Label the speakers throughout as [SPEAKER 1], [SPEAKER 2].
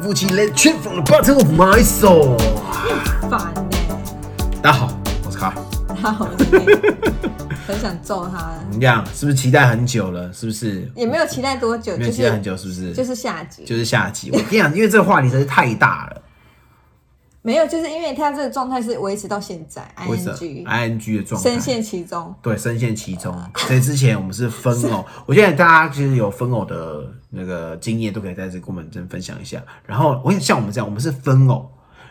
[SPEAKER 1] 夫妻，Let's drink from the bottom of my soul。
[SPEAKER 2] 烦呢、
[SPEAKER 1] 大家好，我是卡尔。
[SPEAKER 2] 他好像是很想揍他了，
[SPEAKER 1] 怎么样？是不是期待很久了？是不是？
[SPEAKER 2] 也没有期待多久，
[SPEAKER 1] 没
[SPEAKER 2] 就
[SPEAKER 1] 有期待
[SPEAKER 2] 是
[SPEAKER 1] 很久，是不是？
[SPEAKER 2] 就是下集，
[SPEAKER 1] 就是下集。我跟你讲，因为这个话题实在是太大了，
[SPEAKER 2] 没有，就是因为他这个状态是维持到现在
[SPEAKER 1] 为什么
[SPEAKER 2] ，ing
[SPEAKER 1] ？ing 的啊状态
[SPEAKER 2] 哎深。陷其中，
[SPEAKER 1] 对，深陷其中。在之前我们是分偶，我觉得大家其实有分偶的那个经验，都可以在这跟我们真分享一下。然后我想像我们这样，我们是分偶，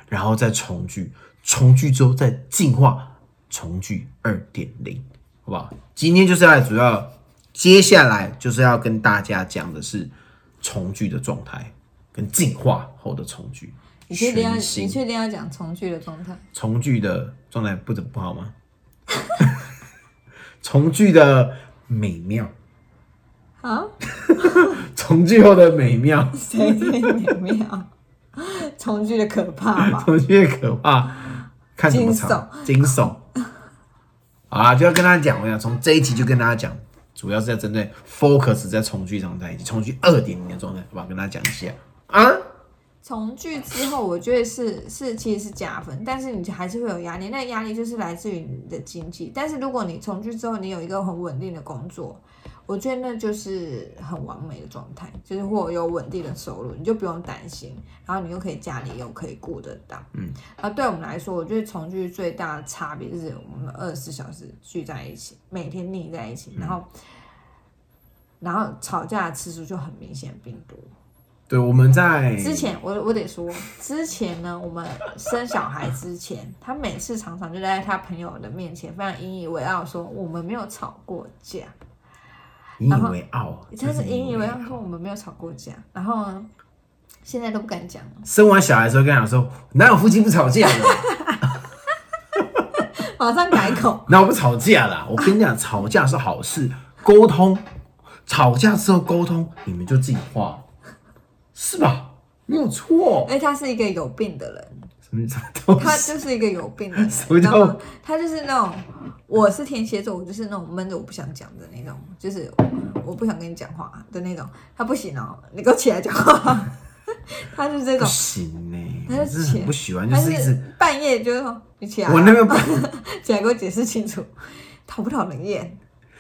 [SPEAKER 1] 然后再重聚，重聚之后再进化，重聚二点零，好不好？今天就是要来主要，接下来就是要跟大家讲的是重聚的状态跟进化后的重聚。
[SPEAKER 2] 你确定要
[SPEAKER 1] 全
[SPEAKER 2] 你
[SPEAKER 1] 新
[SPEAKER 2] 确定要讲重聚的状态？
[SPEAKER 1] 重聚的状态不怎么不好吗？ 重聚的美妙，
[SPEAKER 2] 啊，
[SPEAKER 1] 重聚后的美妙，
[SPEAKER 2] 谁听没有？啊 重聚的可怕吧？
[SPEAKER 1] 重聚的可怕，看什么场？惊悚。好啦，就要跟大家讲，我想从这一集就跟大家讲，主要是在针对 focus 在重聚状态以及重聚二点零的状态，好不好？跟大家讲一下啊，
[SPEAKER 2] 重聚之后，我觉得是是其实是加分，但是你还是会有压力。那个压力就是来自于你的经济。但是如果你重聚之后，你有一个很稳定的工作，我觉得那就是很完美的状态，就是或有稳定的收入，你就不用担心，然后你又可以家里又可以顾得到。
[SPEAKER 1] 嗯，
[SPEAKER 2] 啊，对我们来说，我觉得重聚最大的差别就是我们二十四小时聚在一起，每天腻在一起，然后、然后吵架的次数就很明显变多。
[SPEAKER 1] 对，我们在
[SPEAKER 2] 之前我我得说，之前呢，我们生小孩之前，他每次常常就在他朋友的面前非常引以为傲，说我们没有吵过架，
[SPEAKER 1] 引以
[SPEAKER 2] 然后
[SPEAKER 1] 为傲，啊
[SPEAKER 2] 他是
[SPEAKER 1] 真
[SPEAKER 2] 引以为傲说我们没有吵过架，然后呢，现在都不敢讲了，
[SPEAKER 1] 生完小孩之后跟他讲说，哪有夫妻不吵架的？
[SPEAKER 2] 马上改口。
[SPEAKER 1] 那我们吵架啦，我跟你讲，吵架是好事，沟通，吵架之后沟通，你们就进化，是吧？没有错。
[SPEAKER 2] 哎，他是一个有病的人，
[SPEAKER 1] 什么什么东
[SPEAKER 2] 他
[SPEAKER 1] 西？
[SPEAKER 2] 就是一个有病的
[SPEAKER 1] 么
[SPEAKER 2] 人，
[SPEAKER 1] 叫
[SPEAKER 2] 然后他就是那种，我是天蝎座，我就是那种闷着我不想讲的那种，就是我不想跟你讲话的那种。他不行哦，你给我起来讲话。 他就是这
[SPEAKER 1] 不
[SPEAKER 2] 种，
[SPEAKER 1] 行呢、
[SPEAKER 2] 他
[SPEAKER 1] 我
[SPEAKER 2] 就
[SPEAKER 1] 真的很不喜欢，就
[SPEAKER 2] 他
[SPEAKER 1] 是一直
[SPEAKER 2] 半夜就说你起来啊，
[SPEAKER 1] 我那边不
[SPEAKER 2] 起来给我解释清楚，讨不讨人厌？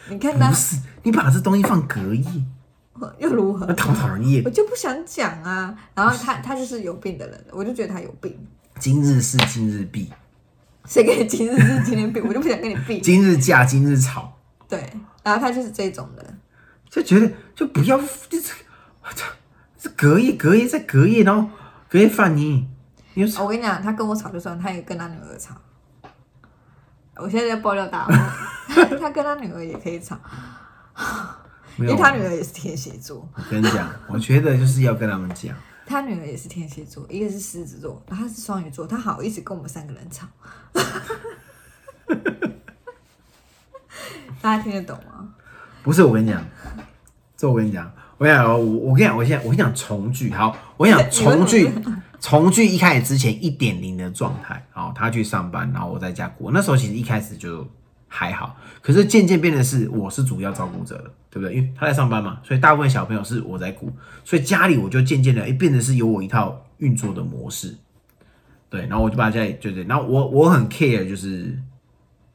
[SPEAKER 2] 你看他
[SPEAKER 1] 不是，你把这东西放隔夜，
[SPEAKER 2] 又如
[SPEAKER 1] 那
[SPEAKER 2] 何？
[SPEAKER 1] 讨不讨人厌
[SPEAKER 2] 我？就不想讲啊。然后他他就是有病的人，我就觉得他有病。
[SPEAKER 1] 今日事今日毕，
[SPEAKER 2] 谁跟你今日是今天比， 我就不想跟你比。
[SPEAKER 1] 今日架今日吵，
[SPEAKER 2] 对，然后他就是这种人，
[SPEAKER 1] 就觉得就不要这这这隔夜隔夜再隔夜，然后隔夜饭你，你又
[SPEAKER 2] 我跟你讲，他跟我吵就算，他也跟他女儿吵。我现在在爆料大 王， 他跟他女儿也可以吵，
[SPEAKER 1] 没
[SPEAKER 2] 因
[SPEAKER 1] 有
[SPEAKER 2] 为他女儿也是天蝎座，
[SPEAKER 1] 我跟你讲，我觉得就是要跟他们讲，
[SPEAKER 2] 他女儿也是天蝎座，一个是狮子座，然后他是双鱼座，他好意思跟我们三个人吵，大家听得懂吗？
[SPEAKER 1] 不是我跟你讲，这我跟你讲，我跟你讲，我我跟你讲，我现在我跟你讲重聚，好，我跟你讲重聚，重聚一开始之前一点零的状态，好，他去上班，然后我在家过，那时候其实一开始就还好，可是渐渐变得是我是主要照顾者了，对不对？因为他在上班嘛，所以大部分小朋友是我在顾，所以家里我就渐渐的，哎，变得是有我一套运作的模式，对，然后我就把家里，对对，然后我我很 care 就是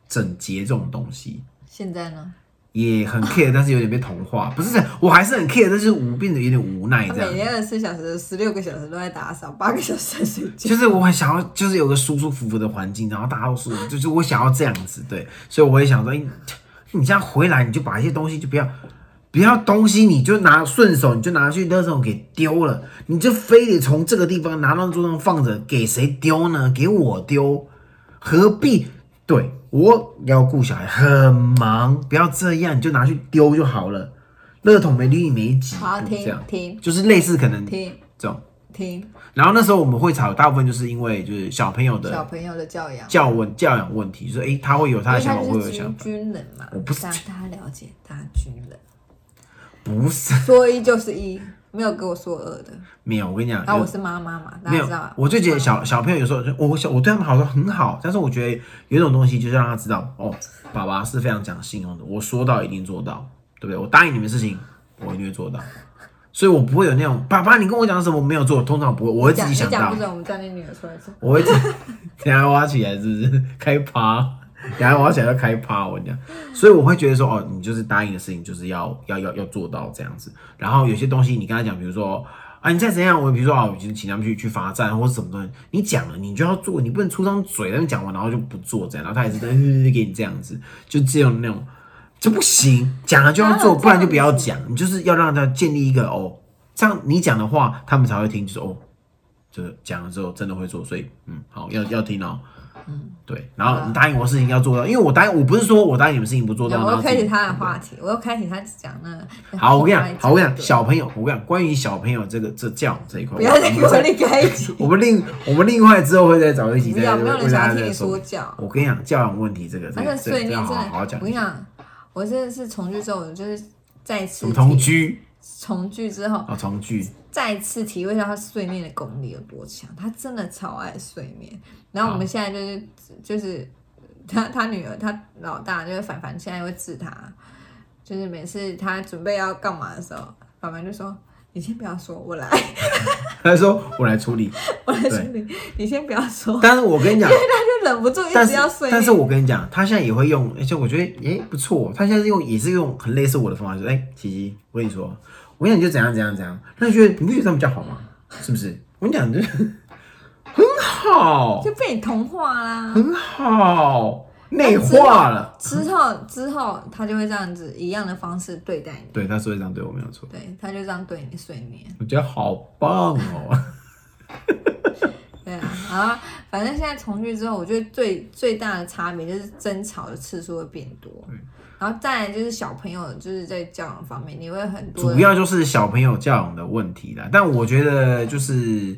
[SPEAKER 1] 整洁这种东西，
[SPEAKER 2] 现在呢，
[SPEAKER 1] 也很 care，但是有点被同化。不是这样，我还是很 care，但是无变得有点无奈
[SPEAKER 2] 他
[SPEAKER 1] 这
[SPEAKER 2] 每
[SPEAKER 1] 样。
[SPEAKER 2] 天二十四小时、十六个小时都在打扫，八个小时在睡觉。
[SPEAKER 1] 就是我很想要，就是有个舒舒服服的环境，然后大家都舒服，就是我想要这样子，对。所以我也想说，哎、你这样回来，你就把一些东西就不要，不要东西，你就拿顺手，你就拿去垃圾桶给丢了，你就非得从这个地方拿到桌上放着，给谁丢呢？给我丢，何必？对我要顾小孩，很忙，不要这样，你就拿去丢就好了。垃圾桶没离你没几步
[SPEAKER 2] 好，，
[SPEAKER 1] 这
[SPEAKER 2] 停
[SPEAKER 1] 样
[SPEAKER 2] 停
[SPEAKER 1] 就是类似可能
[SPEAKER 2] 停
[SPEAKER 1] 这种。
[SPEAKER 2] 停，
[SPEAKER 1] 然后那时候我们会吵，大部分就是因为就是小朋友的
[SPEAKER 2] 小朋友的教养。
[SPEAKER 1] 教问教养问题，就是诶、他会有他
[SPEAKER 2] 因
[SPEAKER 1] 的
[SPEAKER 2] 为
[SPEAKER 1] 想
[SPEAKER 2] 他
[SPEAKER 1] 法，我会
[SPEAKER 2] 就
[SPEAKER 1] 有
[SPEAKER 2] 是
[SPEAKER 1] 想
[SPEAKER 2] 军
[SPEAKER 1] 法，
[SPEAKER 2] 军人嘛，
[SPEAKER 1] 我不是
[SPEAKER 2] 大大家了解，大家军人，
[SPEAKER 1] 不是
[SPEAKER 2] 说一就是一，没有给我说二的。
[SPEAKER 1] 没有。我跟你讲，
[SPEAKER 2] 然后
[SPEAKER 1] 有
[SPEAKER 2] 我是妈妈嘛，大
[SPEAKER 1] 没
[SPEAKER 2] 家
[SPEAKER 1] 有
[SPEAKER 2] 知道，，嗯
[SPEAKER 1] 我就觉得小小朋友有时候就，我小我对他们好说很好，但是我觉得有一种东西就是让他知道，哦，爸爸是非常讲信用的，我说到一定做到，对不对？我答应你们的事情，我一定会做到。所以我不会有那种爸爸你跟我讲什么没有做，通常不会，我会自己
[SPEAKER 2] 你
[SPEAKER 1] 想
[SPEAKER 2] 讲
[SPEAKER 1] 到
[SPEAKER 2] 不，准，我们叫你女儿出来做。
[SPEAKER 1] 我会自己等一下挖起来是不是 开趴？等一下挖起来要开趴，我跟你讲，所以我会觉得说哦，你就是答应的事情就是要要要要做到这样子，然后有些东西你跟他讲，比如说。啊，你再怎样，我比如说啊，我就请他们去去罚站或者什么东西，你讲了你就要做，你不能出张嘴，然后讲完然后就不做这样，然后他也是呃给你这样子，就只有那种这不行，讲了就要
[SPEAKER 2] 哪有
[SPEAKER 1] 做，不然就不
[SPEAKER 2] 啊这样
[SPEAKER 1] 要
[SPEAKER 2] 子
[SPEAKER 1] 讲，你就是要让他建立一个哦，这样你讲的话他们才会听，就是哦，就是讲了之后真的会做，所以嗯，好要要听哦，嗯，对，然后你答应我事情要做到，因为我答应我不是说我答应你们事情不做到，
[SPEAKER 2] 我
[SPEAKER 1] 然
[SPEAKER 2] 又
[SPEAKER 1] 后
[SPEAKER 2] 开
[SPEAKER 1] 自
[SPEAKER 2] 启
[SPEAKER 1] 己
[SPEAKER 2] 他的话题，我又开启他讲那个。
[SPEAKER 1] 好，我跟你
[SPEAKER 2] 那一
[SPEAKER 1] 讲，
[SPEAKER 2] 集
[SPEAKER 1] 好，我跟你讲，
[SPEAKER 2] 对
[SPEAKER 1] 小朋友，我跟你讲，关于小朋友这个这教养这一块，
[SPEAKER 2] 不要再给
[SPEAKER 1] 我
[SPEAKER 2] 我
[SPEAKER 1] 们
[SPEAKER 2] 另开一集。
[SPEAKER 1] 我们另我们另外之后会再找一集
[SPEAKER 2] 不
[SPEAKER 1] 再
[SPEAKER 2] 要，没有
[SPEAKER 1] 为
[SPEAKER 2] 人
[SPEAKER 1] 大
[SPEAKER 2] 想要
[SPEAKER 1] 家
[SPEAKER 2] 听
[SPEAKER 1] 再
[SPEAKER 2] 你说啊
[SPEAKER 1] 说。
[SPEAKER 2] 教。
[SPEAKER 1] 我跟你讲，教养问题这个，这
[SPEAKER 2] 而
[SPEAKER 1] 个
[SPEAKER 2] 且
[SPEAKER 1] 这个
[SPEAKER 2] 碎
[SPEAKER 1] 这
[SPEAKER 2] 念
[SPEAKER 1] 个
[SPEAKER 2] 真
[SPEAKER 1] 好好
[SPEAKER 2] 的，
[SPEAKER 1] 好好讲
[SPEAKER 2] 我。跟你讲，我真的是重聚之后，我就是再次
[SPEAKER 1] 什么同
[SPEAKER 2] 体
[SPEAKER 1] 居
[SPEAKER 2] 重聚之后，
[SPEAKER 1] 啊，同居，
[SPEAKER 2] 再次体会到他碎念的功力有多强，他真的超爱碎念。然后我们现在就是就是他他女儿他老大就是凡凡现在会治他，就是每次他准备要干嘛的时候，凡凡就说：“你先不要说，我来，
[SPEAKER 1] 他说我来处理，
[SPEAKER 2] 我来处理，你先不要说。
[SPEAKER 1] 但是我跟你讲，”
[SPEAKER 2] 就忍不住一
[SPEAKER 1] 但
[SPEAKER 2] 直
[SPEAKER 1] 是
[SPEAKER 2] 要碎念。
[SPEAKER 1] 但是我跟你讲，他现在也会用，而且我觉得诶、不错，他现在是用也是用很类似我的方法，说诶、琪琪，我跟你说，我跟你讲你就怎样怎样怎样，那你觉得你不觉得这样比较好吗？是不是？我跟你讲，你就是 很好，
[SPEAKER 2] 就被你同化啦。
[SPEAKER 1] 很好，内化了。
[SPEAKER 2] 之后之后，他就会这样子一样的方式对待你，
[SPEAKER 1] 对，他说这样对我没有错，
[SPEAKER 2] 对，他就这样对你睡眠，
[SPEAKER 1] 我觉得好棒哦。
[SPEAKER 2] 对啊，然后反正现在重聚之后，我觉得最最大的差别就是争吵的次数会变多，
[SPEAKER 1] 嗯
[SPEAKER 2] 然后再来就是小朋友就是在教养方面，你会很多的
[SPEAKER 1] 主要就是小朋友教养的问题啦，但我觉得就是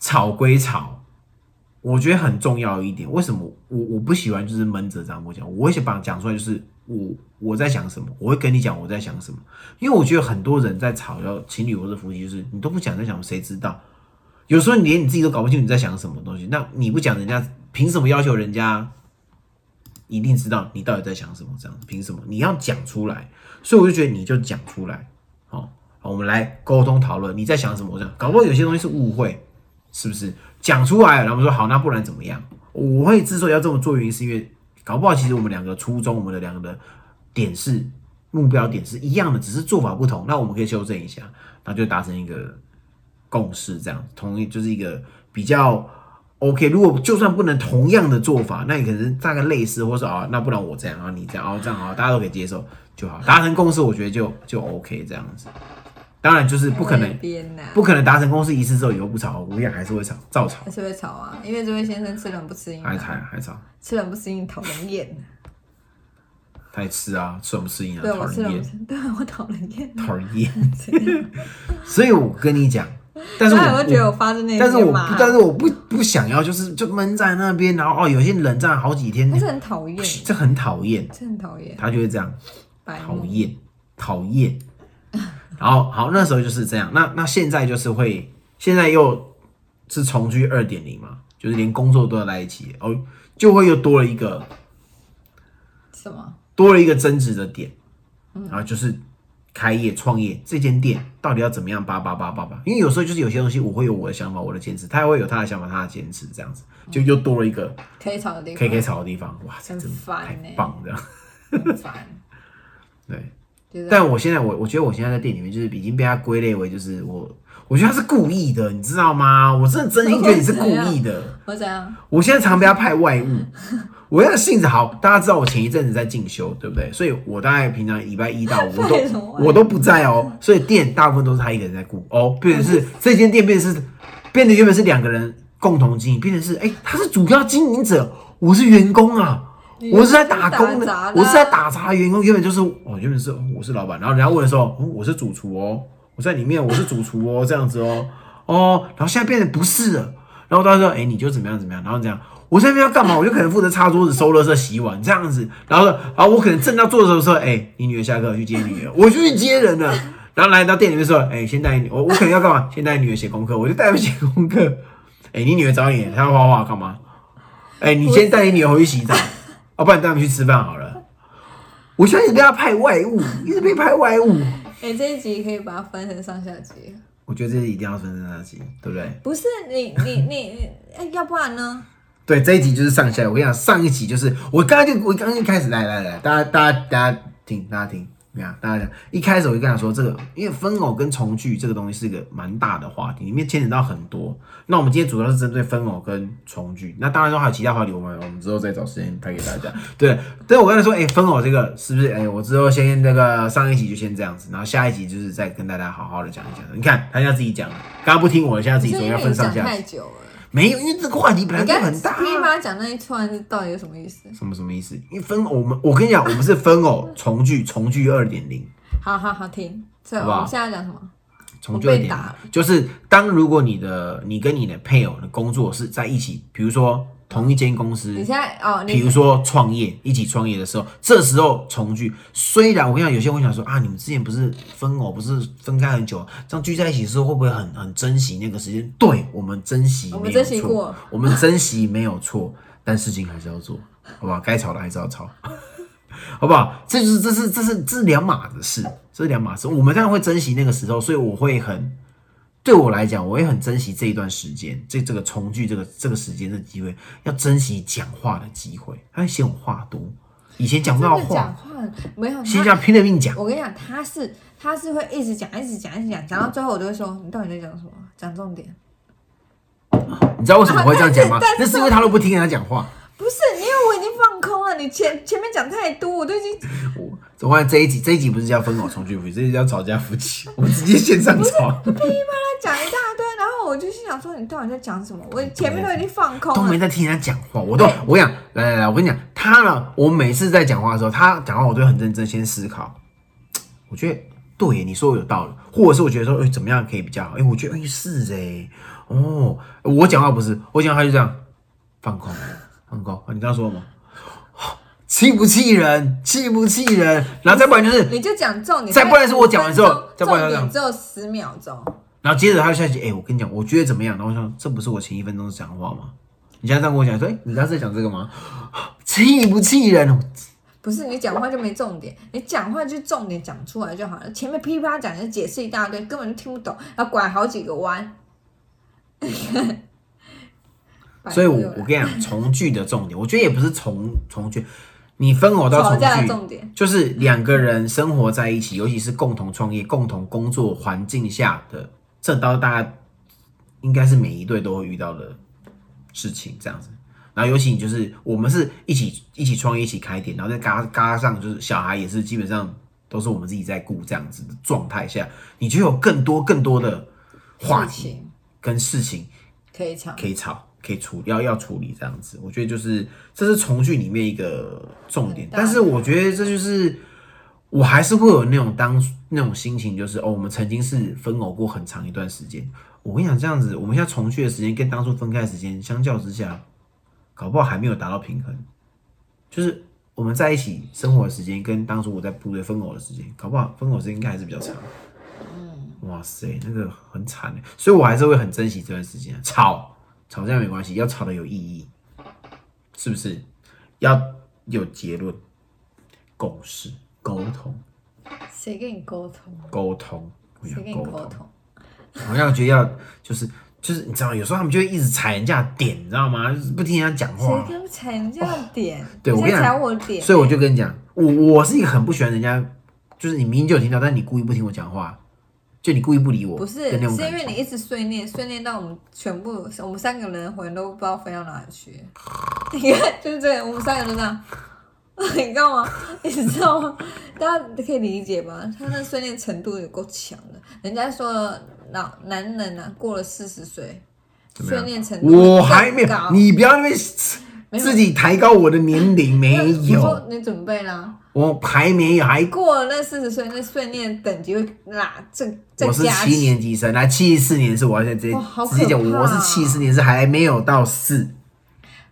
[SPEAKER 1] 吵归吵，我觉得很重要一点。为什么我我不喜欢就是闷着这样不讲？我会想把它讲出来，就是我我在想什么，我会跟你讲我在想什么，因为我觉得很多人在吵要情侣或者夫妻，就是你都不讲在想什么，谁知道？有时候你连你自己都搞不清楚你在想什么东西，那你不讲，人家凭什么要求人家一定知道你到底在想什么？这样凭什么？你要讲出来，所以我就觉得你就讲出来，好、好我们来沟通讨论你在想什么。这样，搞不好有些东西是误会，是不是？讲出来了，然后我们说好，那不然怎么样？我会之所以要这么做，原因是因为搞不好其实我们两个初衷，我们的两个的点是目标点是一样的，只是做法不同，那我们可以修正一下，那就达成一个共识，这样同意就是一个比较 OK。如果就算不能同样的做法，那你可能大概类似，或是啊、那不然我这样，然后你这样，哦，这样啊，大家都可以接受就好，达成共识，我觉得就就 OK 这样子。当然就是不可能
[SPEAKER 2] 会编呐、
[SPEAKER 1] 不可能达成共识一次之后以后不吵，我想还是会吵，照吵，
[SPEAKER 2] 啊还是会吵啊，因为这位先生吃人不吃硬
[SPEAKER 1] 还
[SPEAKER 2] 啊，
[SPEAKER 1] 还还吵，
[SPEAKER 2] 吃人不吃硬讨人厌，
[SPEAKER 1] 他也吃啊，吃软不吃硬啊，
[SPEAKER 2] 对
[SPEAKER 1] 讨
[SPEAKER 2] 我吃
[SPEAKER 1] 人
[SPEAKER 2] 人不
[SPEAKER 1] 厌，
[SPEAKER 2] 吃，对我讨人 厌，
[SPEAKER 1] 讨人厌。所以我跟你讲，但是
[SPEAKER 2] 所
[SPEAKER 1] 我
[SPEAKER 2] 以我就觉得我
[SPEAKER 1] 我
[SPEAKER 2] 发自内
[SPEAKER 1] 但是
[SPEAKER 2] 心
[SPEAKER 1] 我
[SPEAKER 2] 的
[SPEAKER 1] 不
[SPEAKER 2] 骂，
[SPEAKER 1] 但是我不不想要，就是就闷在那边，然后哦，有些冷战好几天
[SPEAKER 2] 但，是很讨厌，
[SPEAKER 1] 这很讨厌，
[SPEAKER 2] 这很讨厌，
[SPEAKER 1] 他就会这样。
[SPEAKER 2] 白
[SPEAKER 1] 讨
[SPEAKER 2] 目。
[SPEAKER 1] 厌，讨厌。然后好，那时候就是这样。那那现在就是会，现在又是重居二点零嘛，就是连工作都要在一起哦，就会又多了一个
[SPEAKER 2] 什么？
[SPEAKER 1] 多了一个争执的点，然后就是开业创业这间店到底要怎么样叭叭叭叭叭，因为有时候就是有些东西我会有我的想法，我的坚持，他也会有他的想法，他的坚持，这样子就又多了一个
[SPEAKER 2] 可以吵的地方，
[SPEAKER 1] 可以可以吵的地方，哇，这
[SPEAKER 2] 很
[SPEAKER 1] 真的
[SPEAKER 2] 烦
[SPEAKER 1] 太
[SPEAKER 2] 欸
[SPEAKER 1] 棒了，
[SPEAKER 2] 很烦，
[SPEAKER 1] 对。
[SPEAKER 2] 就是
[SPEAKER 1] 但我现在我我觉得我现在在店里面就是已经被他归类为就是我，我觉得他是故意的，你知道吗？我真的真心觉得你是故意的。
[SPEAKER 2] 我怎样？
[SPEAKER 1] 我现在常被他派 外务，我现在性子好，大家知道我前一阵子在进修，对不对？所以我大概平常礼拜一到五我
[SPEAKER 2] 派什么外
[SPEAKER 1] 都
[SPEAKER 2] 务
[SPEAKER 1] 我都不在哦，所以店大部分都是他一个人在顾哦，变成是这间店变成是变得原本是两个人共同经营，变成是哎、他是主要经营者，我是员工啊。
[SPEAKER 2] 你
[SPEAKER 1] 我是在打工
[SPEAKER 2] 就是
[SPEAKER 1] 的，
[SPEAKER 2] 打杂
[SPEAKER 1] 我是在打杂的员工，原本就是哦，原本是哦我是老板，然后人家问的时候，哦、我是主厨哦，我在里面我是主厨哦，这样子哦，哦，然后现在变得不是了，然后他说，哎、你就怎么样怎么样，然后这样，我在那边要干嘛？我就可能负责擦桌子、收垃圾、洗碗这样子，然后啊，我可能正要做的时候说，哎、你女儿下课去接女儿，我就去接人了，然后来到店里面说，哎、先带你，我我可能要干嘛？先带你女儿写功课，我就带她写功课，哎、你女儿找你，她要画画干嘛？哎、你先带你女儿回去洗澡。哦要、不然带他们去吃饭好了。我现在一直被他派外务，一直被派外务，
[SPEAKER 2] 哎、这一集可以把它分成上下集。
[SPEAKER 1] 我觉得这是一定要分上下集，对不对？
[SPEAKER 2] 不是你你你你，哎要不然呢？
[SPEAKER 1] 对，这一集就是上下。我跟你讲，上一集就是我刚刚就我刚刚一开始，来来来，大家大家大家听，大家听，你看大家讲，一开始我就跟他说，这个因为分偶跟重聚这个东西是个蛮大的话题，里面牵扯到很多。那我们今天主要是针对分偶跟重聚，那当然说还有其他话题，我们我们之后再找时间拍给大家。对，对我刚才说，哎、分偶这个是不是？哎、我之后先那个上一集就先这样子，然后下一集就是再跟大家好好的讲一讲。你看他现在自己讲了，刚刚不听我的，现在自
[SPEAKER 2] 不
[SPEAKER 1] 己
[SPEAKER 2] 是
[SPEAKER 1] 说
[SPEAKER 2] 因
[SPEAKER 1] 要
[SPEAKER 2] 为你
[SPEAKER 1] 分
[SPEAKER 2] 讲
[SPEAKER 1] 上下集。
[SPEAKER 2] 太久了。
[SPEAKER 1] 没有，因为这个话题本来
[SPEAKER 2] 你
[SPEAKER 1] 就
[SPEAKER 2] 刚
[SPEAKER 1] 很大、啊
[SPEAKER 2] 你把它讲那一串是到底有什么意思？
[SPEAKER 1] 什么什么意思？因为分偶我们，我跟你讲，我们是分偶重聚，重聚二点零，
[SPEAKER 2] 好好好，停。所以
[SPEAKER 1] 好
[SPEAKER 2] 我
[SPEAKER 1] 不好
[SPEAKER 2] 们现在讲什么？
[SPEAKER 1] 重聚
[SPEAKER 2] 我
[SPEAKER 1] 二
[SPEAKER 2] 被
[SPEAKER 1] 点
[SPEAKER 2] 打
[SPEAKER 1] 零
[SPEAKER 2] 了，
[SPEAKER 1] 就是当如果你的你跟你的配偶的工作是在一起，比如说同一间公司
[SPEAKER 2] 你，现在哦，
[SPEAKER 1] 比
[SPEAKER 2] 你
[SPEAKER 1] 如说创业，一起创业的时候，这时候重聚。虽然我跟你讲，有些人会想说啊，你们之前不是分偶，不是分开很久，这样聚在一起的时候会不会很很珍惜那个时间？对我们珍惜，
[SPEAKER 2] 我
[SPEAKER 1] 没有
[SPEAKER 2] 们珍惜
[SPEAKER 1] 错
[SPEAKER 2] 过，
[SPEAKER 1] 我们珍惜没有错，但事情还是要做，好不好？该吵的还是要吵，好不好？这就是这是这是这是两码子事，这是两码事。我们当然会珍惜那个时候，所以我会很，对我来讲，我也很珍惜这一段时间，这这个重聚这个这个时间的机会，要珍惜讲话的机会。他嫌我话多，以前讲不
[SPEAKER 2] 真
[SPEAKER 1] 到
[SPEAKER 2] 的讲
[SPEAKER 1] 话，
[SPEAKER 2] 话没有
[SPEAKER 1] 现
[SPEAKER 2] 他
[SPEAKER 1] 在拼了命讲。
[SPEAKER 2] 我跟你讲，他是他是会一直讲，一直讲，一直讲，讲到最后我就会说，你到底在讲什么？讲重点。
[SPEAKER 1] 你知道为什么会这样讲吗
[SPEAKER 2] 但是？但
[SPEAKER 1] 那
[SPEAKER 2] 是
[SPEAKER 1] 是因为他都不听人家讲话。
[SPEAKER 2] 不是，因为我已经放空了，你前前面讲太多，我都已经
[SPEAKER 1] 我我发现这一集这一集不是叫分偶重聚夫妻，这一集叫吵架夫妻。我们直接线上吵，
[SPEAKER 2] 他讲一大堆，然后我就心想说，你到底在讲什么？我前面都已经放空
[SPEAKER 1] 都没
[SPEAKER 2] 了。
[SPEAKER 1] 在听人家讲话。我都我跟你讲，来来来，我跟你讲，他呢，我每次在讲话的时候，他讲话我都很认真先思考。我觉得对耶，你说有道理，或者是我觉得说，哎、怎么样可以比较好？哎、我觉得哎、是哎，哦，我讲话不是，我讲话就这样放空，放空。啊你刚刚说什么？哦气不气人？气不气人？然后再不然就是
[SPEAKER 2] 你就讲重点，
[SPEAKER 1] 再不然是我讲完之后再不
[SPEAKER 2] 重
[SPEAKER 1] 然是这样
[SPEAKER 2] 点只有十秒钟，
[SPEAKER 1] 然后接着他就下去，哎、我跟你讲，我觉得怎么样？然后我想，这不是我前一分钟讲的话吗？你现在这样跟我讲，说，哎、你刚才在讲这个吗？哦气不气人？
[SPEAKER 2] 不是你讲话就没重点，你讲话就重点讲出来就好了，前面噼啪讲就解释一大堆，根本就听不懂，要拐好几个弯。
[SPEAKER 1] 所以我，
[SPEAKER 2] 摆脱
[SPEAKER 1] 我
[SPEAKER 2] 了
[SPEAKER 1] 跟你讲，重聚的重点，我觉得也不是重重聚，你分偶到
[SPEAKER 2] 吵
[SPEAKER 1] 重
[SPEAKER 2] 架的
[SPEAKER 1] 聚，
[SPEAKER 2] 重点。
[SPEAKER 1] 就是两个人生活在一起，尤其是共同创业、共同工作环境下的，这到大家应该是每一对都会遇到的事情，这样子。然后尤其你就是我们是一起一起创业、一起开店，然后再嘎嘎上就是小孩也是基本上都是我们自己在顾这样子的状态下，你就有更多更多的话
[SPEAKER 2] 事
[SPEAKER 1] 题
[SPEAKER 2] 情
[SPEAKER 1] 跟事情
[SPEAKER 2] 可以抢。
[SPEAKER 1] 可以吵，可以处要要处理这样子。我觉得就是这是重聚里面一个重点
[SPEAKER 2] 很，大
[SPEAKER 1] 但是我觉得这就是我还是会有那种当那种心情，就是哦，我们曾经是分偶过很长一段时间。我跟你讲，这样子我们现在重聚的时间跟当初分开的时间相较之下，搞不好还没有达到平衡，就是。我们在一起生活的时间跟当初我在部队分偶的时间，搞不好分偶时间应该还是比较长。哇塞，那个很惨欸所以我还是会很珍惜这段时间。吵，吵架没关系，要吵得有意义，是不是？要有结论、共识、沟通、
[SPEAKER 2] 谁跟你沟通？
[SPEAKER 1] 沟通，我
[SPEAKER 2] 谁
[SPEAKER 1] 想
[SPEAKER 2] 跟你
[SPEAKER 1] 沟
[SPEAKER 2] 沟
[SPEAKER 1] 通。
[SPEAKER 2] 通？
[SPEAKER 1] 好像觉得要就是就是，你知道，有时候他们就会一直踩人家的点，你知道吗？就是不听人家讲话
[SPEAKER 2] 谁。跟踩人家的点？
[SPEAKER 1] 对我
[SPEAKER 2] 你
[SPEAKER 1] 跟你
[SPEAKER 2] 在
[SPEAKER 1] 讲
[SPEAKER 2] 踩我的点。
[SPEAKER 1] 所以我就跟你讲，我我是一个很不喜欢人家，就是你明明就有听到，但你故意不听我讲话，就你故意不理我，
[SPEAKER 2] 不是，
[SPEAKER 1] 的那种
[SPEAKER 2] 是
[SPEAKER 1] 感
[SPEAKER 2] 因
[SPEAKER 1] 觉
[SPEAKER 2] 为你一直碎念，碎念到我们全部，我们三个人的魂都不知道飞到哪里 去。你看，就是这样，我们三个都这样。 你干嘛？你知道吗？大家可以理解吧？他那碎念程度有够强的。人家说了老男人啊，过了四十岁，
[SPEAKER 1] 怎么样
[SPEAKER 2] 碎念程度
[SPEAKER 1] 我还没
[SPEAKER 2] 更
[SPEAKER 1] 有
[SPEAKER 2] 高，
[SPEAKER 1] 你不要那边自己抬高我的年龄，没
[SPEAKER 2] 我说
[SPEAKER 1] 有，
[SPEAKER 2] 你准备啦。
[SPEAKER 1] 我还没有，还
[SPEAKER 2] 过了那四十岁，那训练等级会拉这再
[SPEAKER 1] 我是
[SPEAKER 2] 加
[SPEAKER 1] 七年级生，来七四年是我要在直接
[SPEAKER 2] 哇好可怕啊
[SPEAKER 1] 直接讲，我是七四年是还没有到四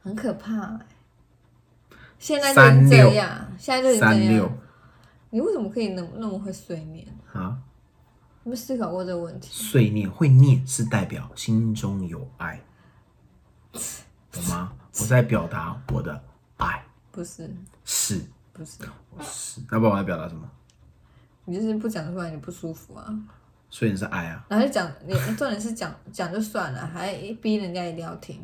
[SPEAKER 2] 很可怕、欸。现在就
[SPEAKER 1] 三
[SPEAKER 2] 是
[SPEAKER 1] 六
[SPEAKER 2] 这样，现在就是
[SPEAKER 1] 三
[SPEAKER 2] 这
[SPEAKER 1] 六
[SPEAKER 2] 样。你为什么可以那么那么会碎念？
[SPEAKER 1] 啊，
[SPEAKER 2] 有没有思考过这个问题？
[SPEAKER 1] 碎念会念是代表心中有爱，懂吗？我在表达我的爱
[SPEAKER 2] 不是，
[SPEAKER 1] 是
[SPEAKER 2] 不是，
[SPEAKER 1] 是，那不然我在表达什么？
[SPEAKER 2] 你就是不讲出来你不舒服啊，
[SPEAKER 1] 所以你是爱啊，
[SPEAKER 2] 然后就讲你重点是讲讲就算了，还逼人家一定要听，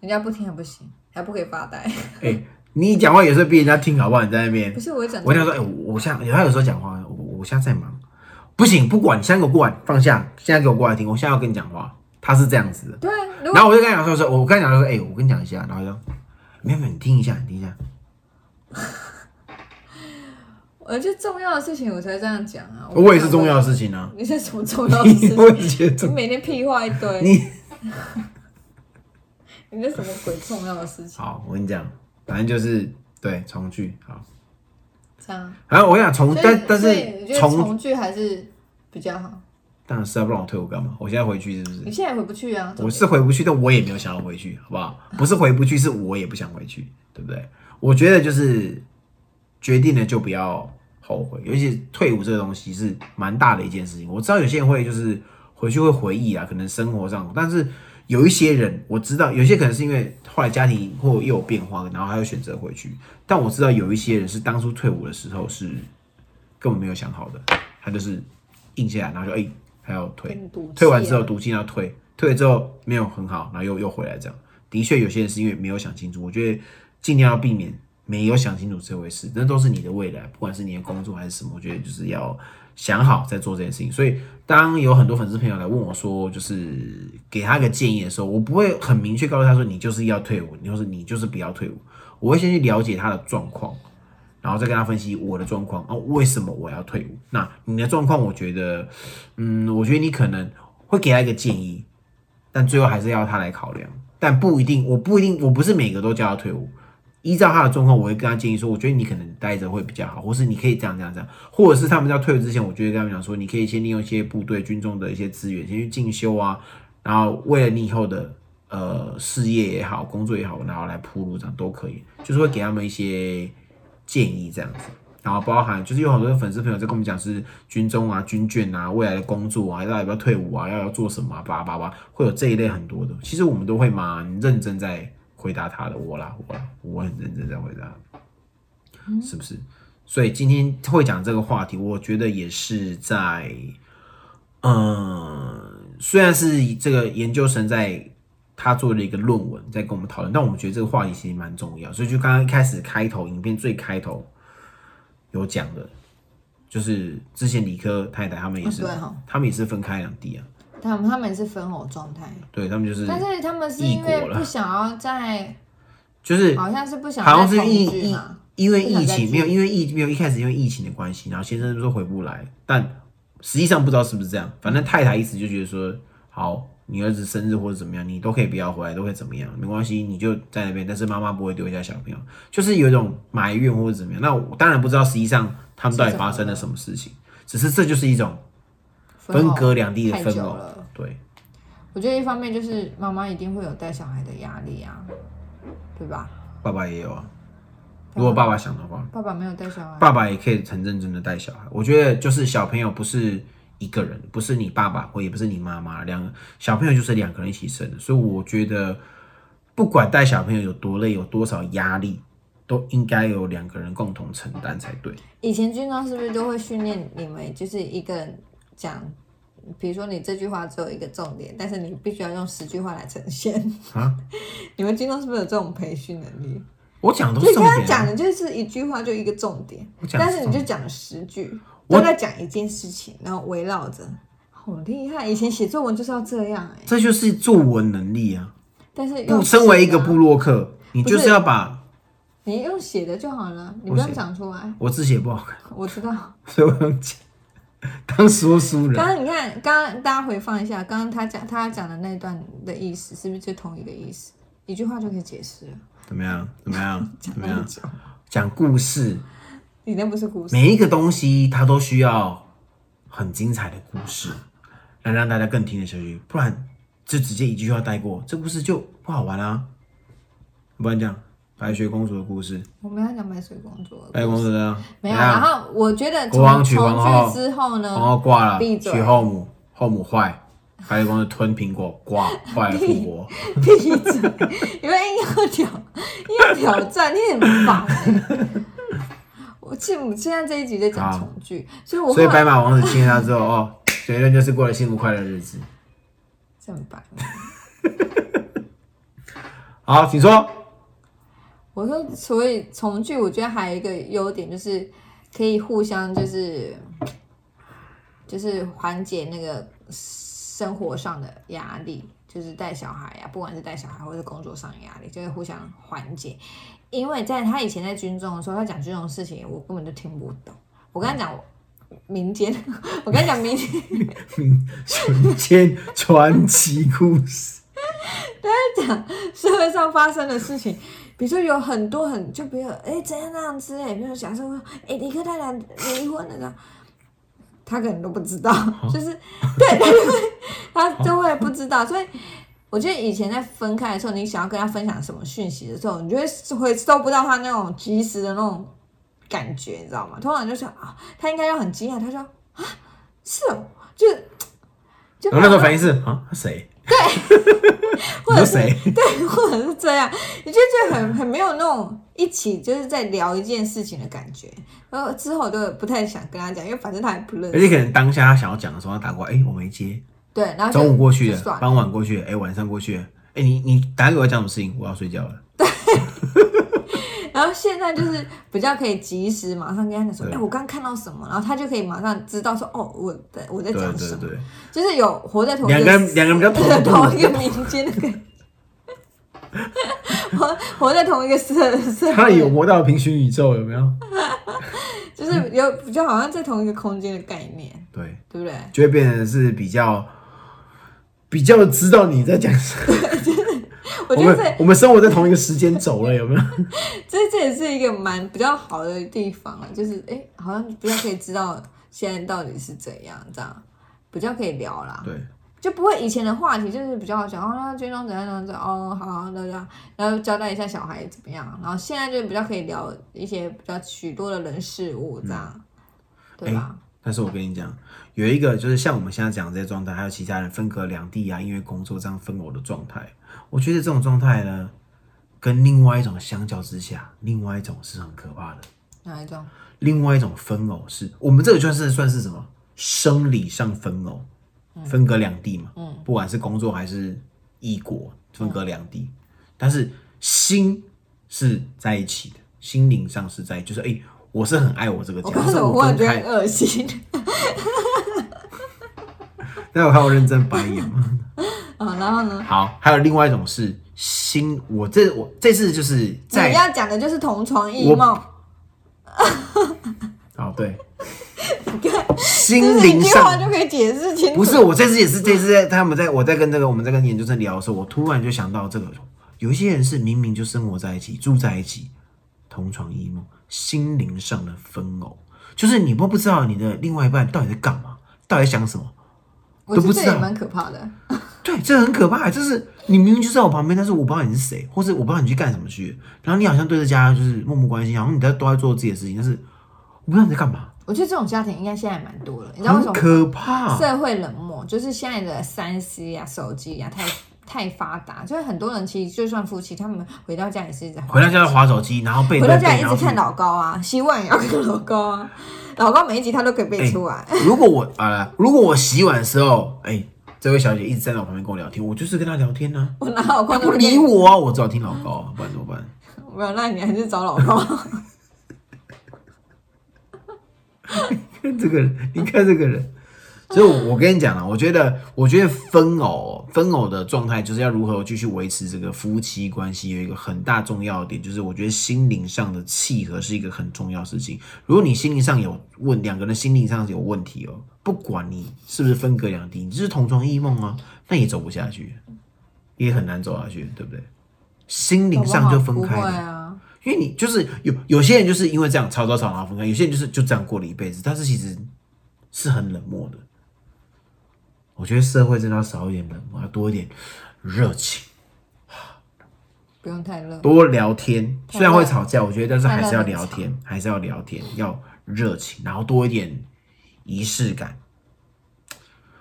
[SPEAKER 2] 人家不听还不行，还不可以发呆。
[SPEAKER 1] 哎、你讲话有时候比人家听好不好？你在那边
[SPEAKER 2] 不，是我讲，
[SPEAKER 1] 我想说，哎、我我现在他有时候讲话，我我现在在忙，不行，不管，你现在给我过来，放下，现在给我过来听，我现在要跟你讲话，他是这样子的。
[SPEAKER 2] 对啊，如果
[SPEAKER 1] 然后我就跟他讲说说，我跟他讲说，哎、我跟你讲一下，然后他说，没有没有，你听一下，你听一下，
[SPEAKER 2] 我觉得重要的事情我才会这样讲啊。
[SPEAKER 1] 我也是重要的事情啊，
[SPEAKER 2] 你是什么重要的事
[SPEAKER 1] 因
[SPEAKER 2] 情？
[SPEAKER 1] 为我觉得
[SPEAKER 2] 你
[SPEAKER 1] 重
[SPEAKER 2] 每天屁话一堆，你
[SPEAKER 1] 你
[SPEAKER 2] 这什么鬼重要的事情？
[SPEAKER 1] 好，我跟你讲，反正就是对重聚好，
[SPEAKER 2] 这样，
[SPEAKER 1] 反正我想重，
[SPEAKER 2] 所以
[SPEAKER 1] 但但
[SPEAKER 2] 所以我
[SPEAKER 1] 是
[SPEAKER 2] 觉得
[SPEAKER 1] 重，
[SPEAKER 2] 重聚还是比较好。
[SPEAKER 1] 当然是要不然我退我干嘛？我现在回去是不是
[SPEAKER 2] 你？现在也回不去啊，
[SPEAKER 1] 我是回不去，但我也没有想要回去，好不 好？不是回不去，是我也不想回去，对不对？我觉得就是决定了就不要后悔，尤其是退伍这个东西是蛮大的一件事情。我知道有些人会就是回去会回忆啊，可能生活上，但是有一些人我知道，有些可能是因为后来家庭或又有变化，然后他又选择回去。但我知道有一些人是当初退伍的时候是根本没有想好的，他就是硬下来，然后就哎、还要退。
[SPEAKER 2] 跟你赌气啊
[SPEAKER 1] 退完之后毒气要退，退了之后没有很好，然后又又回来这样。的确，有些人是因为没有想清楚，我觉得尽量要避免没有想清楚这回事，那都是你的未来，不管是你的工作还是什么，我觉得就是要想好再做这件事情。所以，当有很多粉丝朋友来问我说，就是给他个建议的时候，我不会很明确告诉他说你就是要退伍，你或是你就是不要退伍，我会先去了解他的状况。然后再跟他分析我的状况啊，为什么我要退伍？那你的状况，我觉得，嗯，我觉得你可能会给他一个建议，但最后还是要他来考量。但不一定，我不一定，我不是每个都叫他退伍。依照他的状况，我会跟他建议说，我觉得你可能待着会比较好，或是你可以这样这样这样，或者是他们要退伍之前，我就会跟他们讲说，你可以先利用一些部队军中的一些资源，先去进修啊，然后为了你以后的呃事业也好，工作也好，然后来铺路，这样都可以，就是会给他们一些建议这样子。然后包含就是有很多粉丝朋友在跟我们讲是军中啊、军眷啊、未来的工作啊，到底要不要退伍啊，要要做什么啊，叭叭叭，会有这一类很多的。其实我们都会蛮认真在回答他的，我啦我啦，我很认真在回答，是不是？所以今天会讲这个话题，我觉得也是在，嗯，虽然是这个研究生在他做了一个论文在跟我们讨论，但我们觉得这个话题其实蛮重要，所以就刚刚一开始开头影片最开头有讲的，就是之前理科太太他们也是，
[SPEAKER 2] 啊对哦
[SPEAKER 1] 他们也是分开两地啊，
[SPEAKER 2] 他们他们也是分偶状态，
[SPEAKER 1] 对他们就是
[SPEAKER 2] 但是他们是因
[SPEAKER 1] 异
[SPEAKER 2] 为
[SPEAKER 1] 国了
[SPEAKER 2] 不想要在，
[SPEAKER 1] 就是
[SPEAKER 2] 好像是不想
[SPEAKER 1] 好
[SPEAKER 2] 要
[SPEAKER 1] 像
[SPEAKER 2] 再
[SPEAKER 1] 是
[SPEAKER 2] 重
[SPEAKER 1] 疫
[SPEAKER 2] 聚
[SPEAKER 1] 疫
[SPEAKER 2] 嘛。
[SPEAKER 1] 因为
[SPEAKER 2] 不想
[SPEAKER 1] 疫
[SPEAKER 2] 再
[SPEAKER 1] 情
[SPEAKER 2] 聚
[SPEAKER 1] 没有，因为疫没有一开始因为疫情的关系，然后先生说回不来，但实际上不知道是不是这样。反正太太一直就觉得说，好，你儿子生日或者怎么样，你都可以不要回来，都会怎么样，没关系，你就在那边，但是妈妈不会丢下小朋友，就是有一种埋怨或者怎么样。那我当然不知道实际上他们到底发生了什么事情，只是这就是一种分
[SPEAKER 2] 偶
[SPEAKER 1] 隔两地的
[SPEAKER 2] 太
[SPEAKER 1] 分
[SPEAKER 2] 久
[SPEAKER 1] 偶
[SPEAKER 2] 了，
[SPEAKER 1] 对，
[SPEAKER 2] 我觉得一方面就是妈妈一定会有带小孩的压力啊，对吧？
[SPEAKER 1] 爸爸也有啊，如
[SPEAKER 2] 嗯
[SPEAKER 1] 果爸爸想的话。
[SPEAKER 2] 爸爸没有带小孩，
[SPEAKER 1] 爸爸也可以很认真的带小孩。我觉得就是小朋友不是一个人，不是你爸爸或也不是你妈妈，两小朋友就是两个人一起生的。所以我觉得，不管带小朋友有多累，有多少压力，都应该有两个人共同承担才对。
[SPEAKER 2] 以前军中是不是都会训练你们，就是一个人讲，比如说你这句话只有一个重点，但是你必须要用十句话来呈现。
[SPEAKER 1] 啊，
[SPEAKER 2] 你们军中是不是有这种培训能力？
[SPEAKER 1] 我讲的都
[SPEAKER 2] 就是跟
[SPEAKER 1] 重
[SPEAKER 2] 他
[SPEAKER 1] 点
[SPEAKER 2] 讲
[SPEAKER 1] 啊。
[SPEAKER 2] 的就是一句话就一个重点，
[SPEAKER 1] 我讲的
[SPEAKER 2] 但
[SPEAKER 1] 是
[SPEAKER 2] 是你就讲了十句，
[SPEAKER 1] 我
[SPEAKER 2] 都在讲一件事情，然后围绕着，好厉害！以前写作文就是要这样哎、
[SPEAKER 1] 这就是作文能力啊！
[SPEAKER 2] 但是用
[SPEAKER 1] 不，身为一个
[SPEAKER 2] 写的啊
[SPEAKER 1] 部落客，你
[SPEAKER 2] 不
[SPEAKER 1] 就是
[SPEAKER 2] 是
[SPEAKER 1] 要把
[SPEAKER 2] 你用写的就好了，你
[SPEAKER 1] 我
[SPEAKER 2] 不用
[SPEAKER 1] 写
[SPEAKER 2] 讲出来。
[SPEAKER 1] 我字写不好看，
[SPEAKER 2] 我知道，
[SPEAKER 1] 所以我用讲当说书人
[SPEAKER 2] 刚。刚你看，刚刚大家回放一下，刚刚他讲他讲的那段的意思，是不是就同一个意思？一句话就可以解释了。
[SPEAKER 1] 怎么样？怎么样？怎么
[SPEAKER 2] 那
[SPEAKER 1] 样
[SPEAKER 2] 么？久，
[SPEAKER 1] 讲故事，
[SPEAKER 2] 你那不是故事，
[SPEAKER 1] 每一个东西它都需要很精彩的故事，来让大家更听得下去，不然就直接一句话带过，这故事就不好玩啦、啊不然讲白雪公主的故事，
[SPEAKER 2] 我们要讲白雪公主了。
[SPEAKER 1] 白雪公主怎样？
[SPEAKER 2] 没有，啊
[SPEAKER 1] 怎样
[SPEAKER 2] 然后我觉得
[SPEAKER 1] 国王
[SPEAKER 2] 从
[SPEAKER 1] 娶皇
[SPEAKER 2] 从
[SPEAKER 1] 后
[SPEAKER 2] 剧之后呢，
[SPEAKER 1] 皇后挂了，
[SPEAKER 2] 闭
[SPEAKER 1] 娶
[SPEAKER 2] 嘴
[SPEAKER 1] 后母，后母坏，白雪公主吞苹果， 挂坏了复活。
[SPEAKER 2] 闭嘴！ 你们硬要挑，硬要挑战，你很烦、欸。我其实我们现在这一集在讲
[SPEAKER 1] 好
[SPEAKER 2] 重聚，所以我
[SPEAKER 1] 所以
[SPEAKER 2] 后来
[SPEAKER 1] 白马王子亲了他之后，哦，结论就是过了幸福快乐的日子。
[SPEAKER 2] 这么办？
[SPEAKER 1] 好，请说。
[SPEAKER 2] 我说，所以从剧我觉得还有一个优点就是可以互相就是就是缓解那个生活上的压力，就是带小孩呀、不管是带小孩或是工作上的压力，就会互相缓解。因为在他以前在军中的时候，他讲这种事情我根本就听不懂。我跟他讲民间， 我跟他讲民间
[SPEAKER 1] 民间传奇故事，
[SPEAKER 2] 社会上发生的事情，比如说有很多很就比如哎、怎样那样之类，比如说假设说哎你跟他俩离婚了呢，他可能都不知道，
[SPEAKER 1] 哦
[SPEAKER 2] 就是 对，他就会他就会不知道，所以。我觉得以前在分开的时候，你想要跟他分享什么讯息的时候，你就会会收不到他那种及时的那种感觉，你知道吗？通常就想啊，他应该要很惊讶，他说啊，是哦，就就
[SPEAKER 1] 然后那时候反应是啊，谁？对
[SPEAKER 2] 或者
[SPEAKER 1] 有
[SPEAKER 2] 是
[SPEAKER 1] 谁？
[SPEAKER 2] 对，或者是这样，你就觉得很很没有那种一起就是在聊一件事情的感觉。然后之后我都不太想跟他讲，因为反正他也不认
[SPEAKER 1] 而
[SPEAKER 2] 识。
[SPEAKER 1] 且可能当下他想要讲的时候，他打过来，哎、我没接，
[SPEAKER 2] 对，然后就
[SPEAKER 1] 中午过去
[SPEAKER 2] 就算
[SPEAKER 1] 的，
[SPEAKER 2] 了。
[SPEAKER 1] 傍晚过去的，哎、晚上过去的，哎、你你打给我要讲什么事情？我要睡觉了。
[SPEAKER 2] 然后现在就是比较可以及时马上跟他讲说，哎、
[SPEAKER 1] 对
[SPEAKER 2] 我刚看到什么，然后他就可以马上知道说，哦，我在我在
[SPEAKER 1] 对
[SPEAKER 2] 讲什
[SPEAKER 1] 对
[SPEAKER 2] 么，
[SPEAKER 1] 对，
[SPEAKER 2] 就是有活在同一
[SPEAKER 1] 两
[SPEAKER 2] 个
[SPEAKER 1] 个人两个人比较
[SPEAKER 2] 对
[SPEAKER 1] 同
[SPEAKER 2] 同
[SPEAKER 1] 步
[SPEAKER 2] 一个民间的感觉。 活活在同一个社社
[SPEAKER 1] 他
[SPEAKER 2] 会
[SPEAKER 1] 有活到平行宇宙有没有？
[SPEAKER 2] 就是有就好像在同一个空间的概念，
[SPEAKER 1] 对，
[SPEAKER 2] 对不对？
[SPEAKER 1] 就会变成是比较比较知道你在讲什么。
[SPEAKER 2] 我
[SPEAKER 1] 我
[SPEAKER 2] 觉得
[SPEAKER 1] 们
[SPEAKER 2] 这
[SPEAKER 1] 我们生活在同一个时间轴了有 没有？
[SPEAKER 2] 这这也是一个蛮比较好的地方啊，就是哎、诶好像比较可以知道现在到底是怎样，这样比较可以聊啦，
[SPEAKER 1] 对，
[SPEAKER 2] 就不会以前的话题就是比较好讲哦，那军中怎样怎样怎样，哦，好好那样，然后交代一下小孩怎么样，然后现在就比较可以聊一些比较许多的人事物这样，
[SPEAKER 1] 嗯
[SPEAKER 2] 对吧？
[SPEAKER 1] 但是我跟你讲，有一个就是像我们现在讲的这些状态，还有其他人分隔两地啊，因为工作这样分偶的状态，我觉得这种状态呢，跟另外一种相较之下，另外一种是很可怕的。
[SPEAKER 2] 哪一种？
[SPEAKER 1] 另外一种分偶是，我们这个算是算是什么？生理上分偶，分隔两地嘛。
[SPEAKER 2] 嗯
[SPEAKER 1] 不管是工作还是异国，分隔两地。但是心是在一起的，心灵上是在，就是哎、诶我是很爱我这个家
[SPEAKER 2] 我，告
[SPEAKER 1] 但是
[SPEAKER 2] 诉我，
[SPEAKER 1] 我
[SPEAKER 2] 忽然
[SPEAKER 1] 分
[SPEAKER 2] 觉得
[SPEAKER 1] 开
[SPEAKER 2] 很，恶心
[SPEAKER 1] 那我看我认真白眼吗？
[SPEAKER 2] 啊！然后呢，
[SPEAKER 1] 好，还有另外一种是心，我这我这次就是 在
[SPEAKER 2] 你要讲的就是同床异
[SPEAKER 1] 我
[SPEAKER 2] 梦，
[SPEAKER 1] 哦 对，
[SPEAKER 2] 你看，
[SPEAKER 1] 心
[SPEAKER 2] 就是一
[SPEAKER 1] 灵
[SPEAKER 2] 句
[SPEAKER 1] 上
[SPEAKER 2] 话就可以解释清楚。
[SPEAKER 1] 不是，我这次也是，这次在他们在我在跟那个我们在跟研究生聊的时候，我突然就想到这个，有一些人是明明就生活在一起，住在一起，同床异梦，心灵上的分偶，就是你都不知道你的另外一半到底在干嘛，到底在想什么。
[SPEAKER 2] 我觉
[SPEAKER 1] 都不啊
[SPEAKER 2] 得
[SPEAKER 1] 知
[SPEAKER 2] 这
[SPEAKER 1] 道
[SPEAKER 2] 也蛮可怕的。
[SPEAKER 1] 对，这很可怕，就是你明明就在我旁边，但是我不知道你是谁，或是我不知道你去干什么去，然后你好像对这家就是漠不关心，好像你在都在做自己的事情，但是我不知道你在干嘛，
[SPEAKER 2] 我觉得这种家庭应该现在也蛮多了，你知道为什
[SPEAKER 1] 很
[SPEAKER 2] 么
[SPEAKER 1] 可
[SPEAKER 2] 吗？
[SPEAKER 1] 怕。
[SPEAKER 2] 社会冷漠，就是现在的三 C 啊、手机啊太太发达，就是很多人其实就算夫妻，他们回到家也是一直
[SPEAKER 1] 回到家就划手机，然后被
[SPEAKER 2] 回到家也一
[SPEAKER 1] 然后
[SPEAKER 2] 直看老高啊，希望也要看老高啊，老高每一集他都可以背出来，
[SPEAKER 1] 如果我啊、如果我洗碗的时候，哎、这位小姐一直站在我旁边跟我聊天，我就是跟她聊天呢、
[SPEAKER 2] 我哪有
[SPEAKER 1] 她
[SPEAKER 2] 空
[SPEAKER 1] 不
[SPEAKER 2] 那么
[SPEAKER 1] 理
[SPEAKER 2] 累？
[SPEAKER 1] 我啊，我只好听老高啊，不然怎么办？
[SPEAKER 2] 没有，那你还是找老高。啊
[SPEAKER 1] 看 这个人，你看这个人。所以我，我跟你讲啊，我觉得，我觉得分偶分偶的状态，就是要如何继续维持这个夫妻关系，有一个很大重要的点，就是我觉得心灵上的契合是一个很重要的事情。如果你心灵上有问，两个人心灵上有问题哦，不管你是不是分隔两地，你就是同床异梦啊，那也走不下去，也很难走下去，对不对？心灵上就分开
[SPEAKER 2] 不
[SPEAKER 1] 了
[SPEAKER 2] 会。啊，
[SPEAKER 1] 因为你就是有有些人就是因为这样吵吵吵然后分开，有些人就是就这样过了一辈子，但是其实是很冷漠的。我觉得社会真的要少一点冷漠，要多一点热情，
[SPEAKER 2] 不用太热。
[SPEAKER 1] 多聊天。虽然会吵架，我觉得但是
[SPEAKER 2] 快乐
[SPEAKER 1] 还是要
[SPEAKER 2] 很
[SPEAKER 1] 聊天，还是要聊天，要热情，然后多一点仪式感。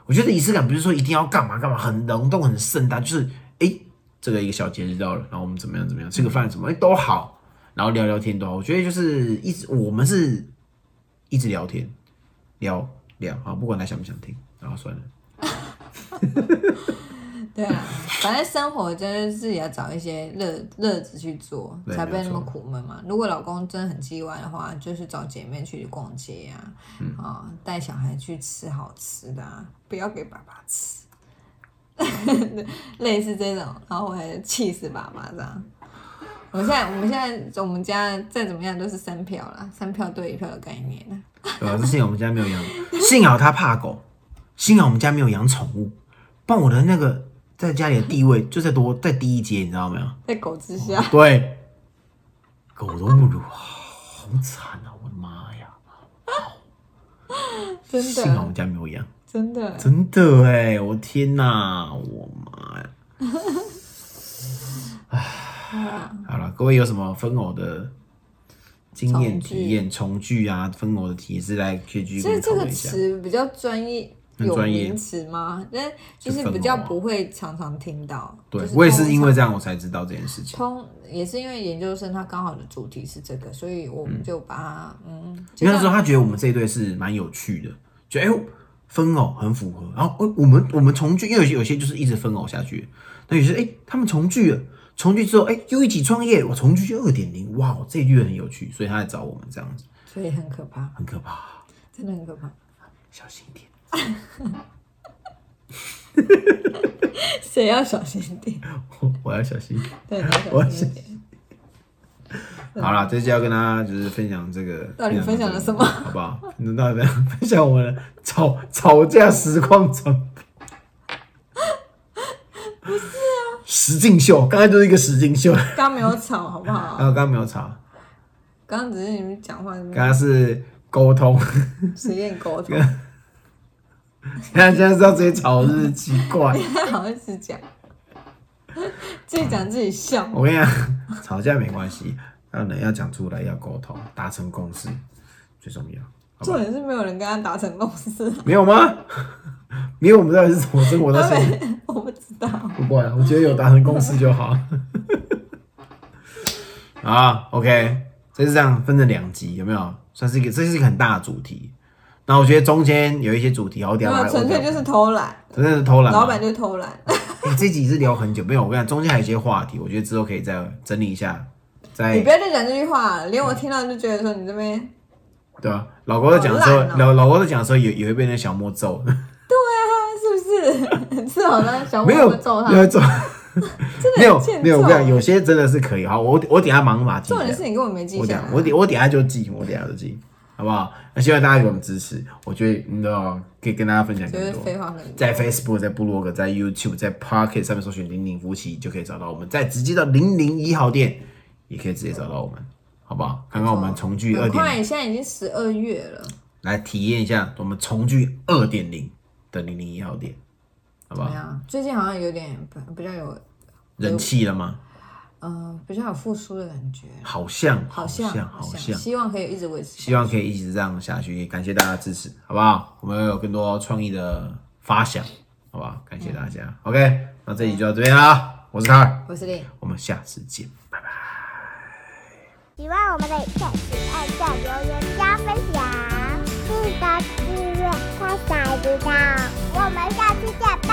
[SPEAKER 1] 我觉得仪式感不是说一定要干嘛干嘛，很隆重很盛大，就是哎、诶这个一个小节日到了，然后我们怎么样怎么样，吃个饭什么哎、诶都好，然后聊聊天都好。我觉得就是一直我们是一直聊天，聊聊好，不管他想不想听，然后算了。
[SPEAKER 2] 对啊，反正生活就是自己要找一些乐乐子去做，
[SPEAKER 1] 对
[SPEAKER 2] 才不会那么
[SPEAKER 1] 没错
[SPEAKER 2] 苦闷嘛。如果老公真的很叽歪的话，就是找姐妹去逛街啊，
[SPEAKER 1] 嗯
[SPEAKER 2] 啊、带小孩去吃好吃的啊，不要给爸爸吃， 类似这种，然后我还气死爸爸这样。我们现在，我们现在，我们家再怎么样都是三票啦，三票对一票的概念啊。
[SPEAKER 1] 对吧？这幸好我们家没有养，幸好他怕狗，幸好我们家没有养宠物，不然我的那个在家里的地位就再多再低一阶，你知道没有？
[SPEAKER 2] 在狗之下，
[SPEAKER 1] 哦对，狗都不如，好惨啊！我的妈呀！
[SPEAKER 2] 真
[SPEAKER 1] 幸好我
[SPEAKER 2] 的
[SPEAKER 1] 们，家没有养，
[SPEAKER 2] 真的，
[SPEAKER 1] 真的哎，我天哪，我妈呀！
[SPEAKER 2] 啊
[SPEAKER 1] 好了，各位有什么分偶的经验、
[SPEAKER 2] 重聚
[SPEAKER 1] 体验、重聚啊，分偶的体验是来可以继续
[SPEAKER 2] 所
[SPEAKER 1] 跟我们
[SPEAKER 2] 以这
[SPEAKER 1] 讨
[SPEAKER 2] 个
[SPEAKER 1] 论一下。
[SPEAKER 2] 词比较专业，
[SPEAKER 1] 很
[SPEAKER 2] 有
[SPEAKER 1] 专业
[SPEAKER 2] 名词吗？那就是
[SPEAKER 1] 就
[SPEAKER 2] 比较
[SPEAKER 1] 分红啊
[SPEAKER 2] 不会常常听到。
[SPEAKER 1] 对
[SPEAKER 2] 就是
[SPEAKER 1] 我也
[SPEAKER 2] 通
[SPEAKER 1] 是因
[SPEAKER 2] 常
[SPEAKER 1] 为这样我才知道这件事情，
[SPEAKER 2] 通也是因为研究生他刚好的主题是这个，所以我们就把它嗯，就
[SPEAKER 1] 因为那时
[SPEAKER 2] 像
[SPEAKER 1] 候他觉得我们这一对是蛮有趣的，就哎、分偶很符合，然后、哎我们我们重聚，因为有些有些就是一直分偶下去，那有些哎、他们重聚了，重聚之后哎、又一起创业，我重聚就二点零，哇这一句很有趣，所以他来找我们这样子，
[SPEAKER 2] 所以很可怕，
[SPEAKER 1] 很可怕，
[SPEAKER 2] 真的很可怕。
[SPEAKER 1] 小心一点。
[SPEAKER 2] 谁要小心一点？
[SPEAKER 1] 我我要小心一点。
[SPEAKER 2] 对，你 要小心一点。
[SPEAKER 1] 好了，这期要跟大家就是分享这个，
[SPEAKER 2] 到底分享了
[SPEAKER 1] 这
[SPEAKER 2] 什
[SPEAKER 1] 个
[SPEAKER 2] 么
[SPEAKER 1] 好不好？那到底分享分享我们的吵吵架实况场？不是啊，实境秀，刚才就是一个实境秀。啊，
[SPEAKER 2] 刚刚没有吵，好不 好？
[SPEAKER 1] 刚刚没有吵，
[SPEAKER 2] 刚刚只是你们讲话
[SPEAKER 1] 刚刚是沟通，
[SPEAKER 2] 随便沟通，
[SPEAKER 1] 现在现在是要直接吵，是不是奇怪。
[SPEAKER 2] 好意思讲，自己讲自己笑。
[SPEAKER 1] 我跟你讲，吵架没关系，让人要讲出来，要沟通，达成共识最重要。好不好
[SPEAKER 2] 重点是没有人跟他达成共识，
[SPEAKER 1] 没有吗？ 没有，我们到底是怎么生活到
[SPEAKER 2] 他
[SPEAKER 1] 现在？
[SPEAKER 2] 们 我不知道。
[SPEAKER 1] 不管，我觉得有达成共识就好。 啊，OK，这是这样分成两集，有没有？算是一个，这是一个很大的主题。那我觉得中间有一些主题，我等一
[SPEAKER 2] 没
[SPEAKER 1] 下
[SPEAKER 2] 有，
[SPEAKER 1] 来，
[SPEAKER 2] 纯粹就是偷懒，
[SPEAKER 1] 纯粹是偷懒嘛。
[SPEAKER 2] 老板就偷懒。
[SPEAKER 1] 欸这集是聊很久，没有。我跟你讲，中间还有一些话题，我觉得之后可以再整理一下。再
[SPEAKER 2] 你不要再讲这句话了，连我听到就觉得说你这边
[SPEAKER 1] 对吧、老高在讲的时
[SPEAKER 2] 好
[SPEAKER 1] 候，
[SPEAKER 2] 烂哦
[SPEAKER 1] 老老高在讲的时候，也也会被那小莫揍，
[SPEAKER 2] 是不是？至少让小
[SPEAKER 1] 没
[SPEAKER 2] 莫
[SPEAKER 1] 有
[SPEAKER 2] 会揍他。
[SPEAKER 1] 没有揍，没有
[SPEAKER 2] 欠揍
[SPEAKER 1] 没有。我跟你讲，有些真的是可以。好，我我等一下忙马记
[SPEAKER 2] 重
[SPEAKER 1] 一
[SPEAKER 2] 点
[SPEAKER 1] 下
[SPEAKER 2] 是。你根啊本没记
[SPEAKER 1] 我
[SPEAKER 2] 下
[SPEAKER 1] 等
[SPEAKER 2] 来。
[SPEAKER 1] 我等我等下就记，我等下就记，好不好？那希望大家给我们支持，我觉得你知道可以跟大家分享
[SPEAKER 2] 就
[SPEAKER 1] 更
[SPEAKER 2] 是废
[SPEAKER 1] 多。
[SPEAKER 2] 话很多。
[SPEAKER 1] 在 Facebook、在部落格、在 YouTube、在 Pocket 上面搜寻“零零夫妻”就可以找到我们，再直接到零零一号店也可以直接找到我们，好不好？看看我们重聚二
[SPEAKER 2] 很
[SPEAKER 1] 点
[SPEAKER 2] 快，现在已经十二月了，
[SPEAKER 1] 来体验一下我们重聚二点零的零零一号店，好不
[SPEAKER 2] 怎么
[SPEAKER 1] 好？
[SPEAKER 2] 样？最近好像有点比比较有，
[SPEAKER 1] 人气了吗？
[SPEAKER 2] 呃，比较有复苏的感觉，
[SPEAKER 1] 好像，
[SPEAKER 2] 好
[SPEAKER 1] 像，
[SPEAKER 2] 像
[SPEAKER 1] 好像
[SPEAKER 2] 像，。希望可以一直维持。
[SPEAKER 1] 希望可以一直这样下去，也感谢大家的支持，好不好？我们会有更多创意的发想，好不好？感谢大家。OK，那这集就到这边啦，我是卡尔，
[SPEAKER 2] 我是令。
[SPEAKER 1] 我们下次见，拜拜。
[SPEAKER 3] 喜欢我们的影片，请按下、留言、加分享，记得订阅，开小铃铛。我们下期见，拜拜。